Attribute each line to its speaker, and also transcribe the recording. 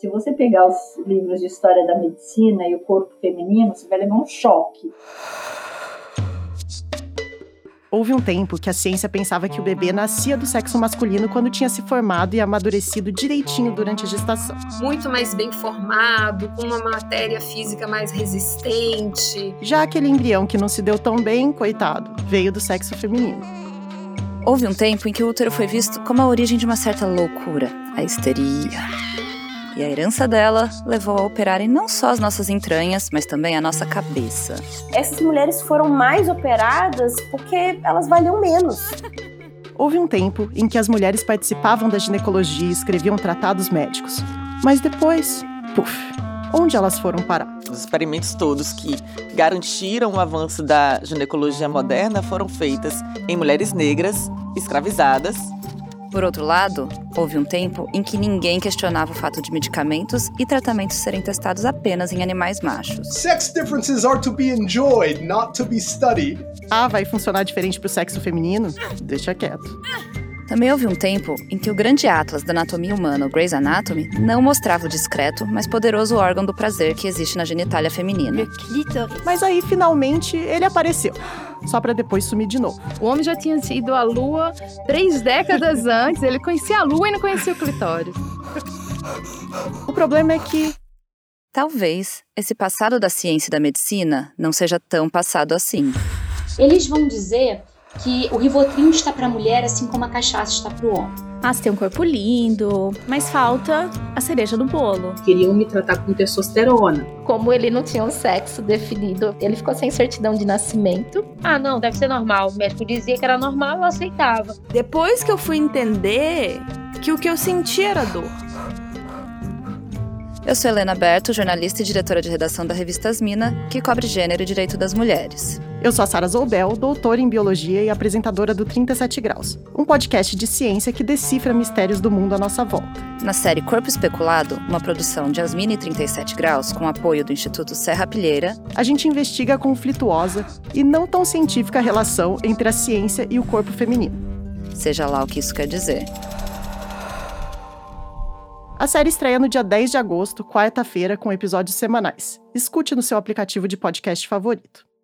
Speaker 1: Se você pegar os livros de história da medicina e o corpo feminino, você vai levar um choque.
Speaker 2: Houve um tempo que a ciência pensava que o bebê nascia do sexo masculino quando tinha se formado e amadurecido direitinho durante a gestação.
Speaker 3: Muito mais bem formado, com uma matéria física mais resistente.
Speaker 2: Já aquele embrião que não se deu tão bem, coitado, veio do sexo feminino.
Speaker 4: Houve um tempo em que o útero foi visto como a origem de uma certa loucura, a histeria. E a herança dela levou a operarem não só as nossas entranhas, mas também a nossa cabeça.
Speaker 5: Essas mulheres foram mais operadas porque elas valiam menos.
Speaker 2: Houve um tempo em que as mulheres participavam da ginecologia e escreviam tratados médicos. Mas depois, puf, onde elas foram parar?
Speaker 6: Os experimentos todos que garantiram o avanço da ginecologia moderna foram feitos em mulheres negras, escravizadas.
Speaker 4: Por outro lado, houve um tempo em que ninguém questionava o fato de medicamentos e tratamentos serem testados apenas em animais machos.
Speaker 7: Sex differences are to be enjoyed, not to be studied.
Speaker 2: Ah, vai funcionar diferente pro sexo feminino? Deixa quieto.
Speaker 4: Também houve um tempo em que o grande atlas da anatomia humana, o Grey's Anatomy, não mostrava o discreto, mas poderoso órgão do prazer que existe na genitália feminina.
Speaker 2: Mas aí, finalmente, ele apareceu. Só para depois sumir de novo.
Speaker 8: O homem já tinha ido à lua três décadas antes, ele conhecia a lua e não conhecia o clitóris.
Speaker 2: O problema é que.
Speaker 4: Talvez esse passado da ciência e da medicina não seja tão passado assim.
Speaker 9: Eles vão dizer que o Rivotril está para a mulher assim como a cachaça está para o homem.
Speaker 10: Ah, você tem um corpo lindo, mas falta a cereja do bolo.
Speaker 11: Queriam me tratar com testosterona.
Speaker 12: Como ele não tinha um sexo definido, ele ficou sem certidão de nascimento.
Speaker 13: Ah, não, deve ser normal. O médico dizia que era normal, eu aceitava.
Speaker 14: Depois que eu fui entender que o que eu sentia era dor.
Speaker 4: Eu sou Helena Berto, jornalista e diretora de redação da revista Asmina, que cobre gênero e direito das mulheres.
Speaker 2: Eu sou a Sara Zoubel, doutora em biologia e apresentadora do 37 Graus, um podcast de ciência que decifra mistérios do mundo à nossa volta.
Speaker 4: Na série Corpo Especulado, uma produção de Asmina e 37 Graus, com apoio do Instituto Serra Pilheira,
Speaker 2: a gente investiga a conflituosa e não tão científica relação entre a ciência e o corpo feminino.
Speaker 4: Seja lá o que isso quer dizer.
Speaker 2: A série estreia no dia 10 de agosto, quarta-feira, com episódios semanais. Escute no seu aplicativo de podcast favorito.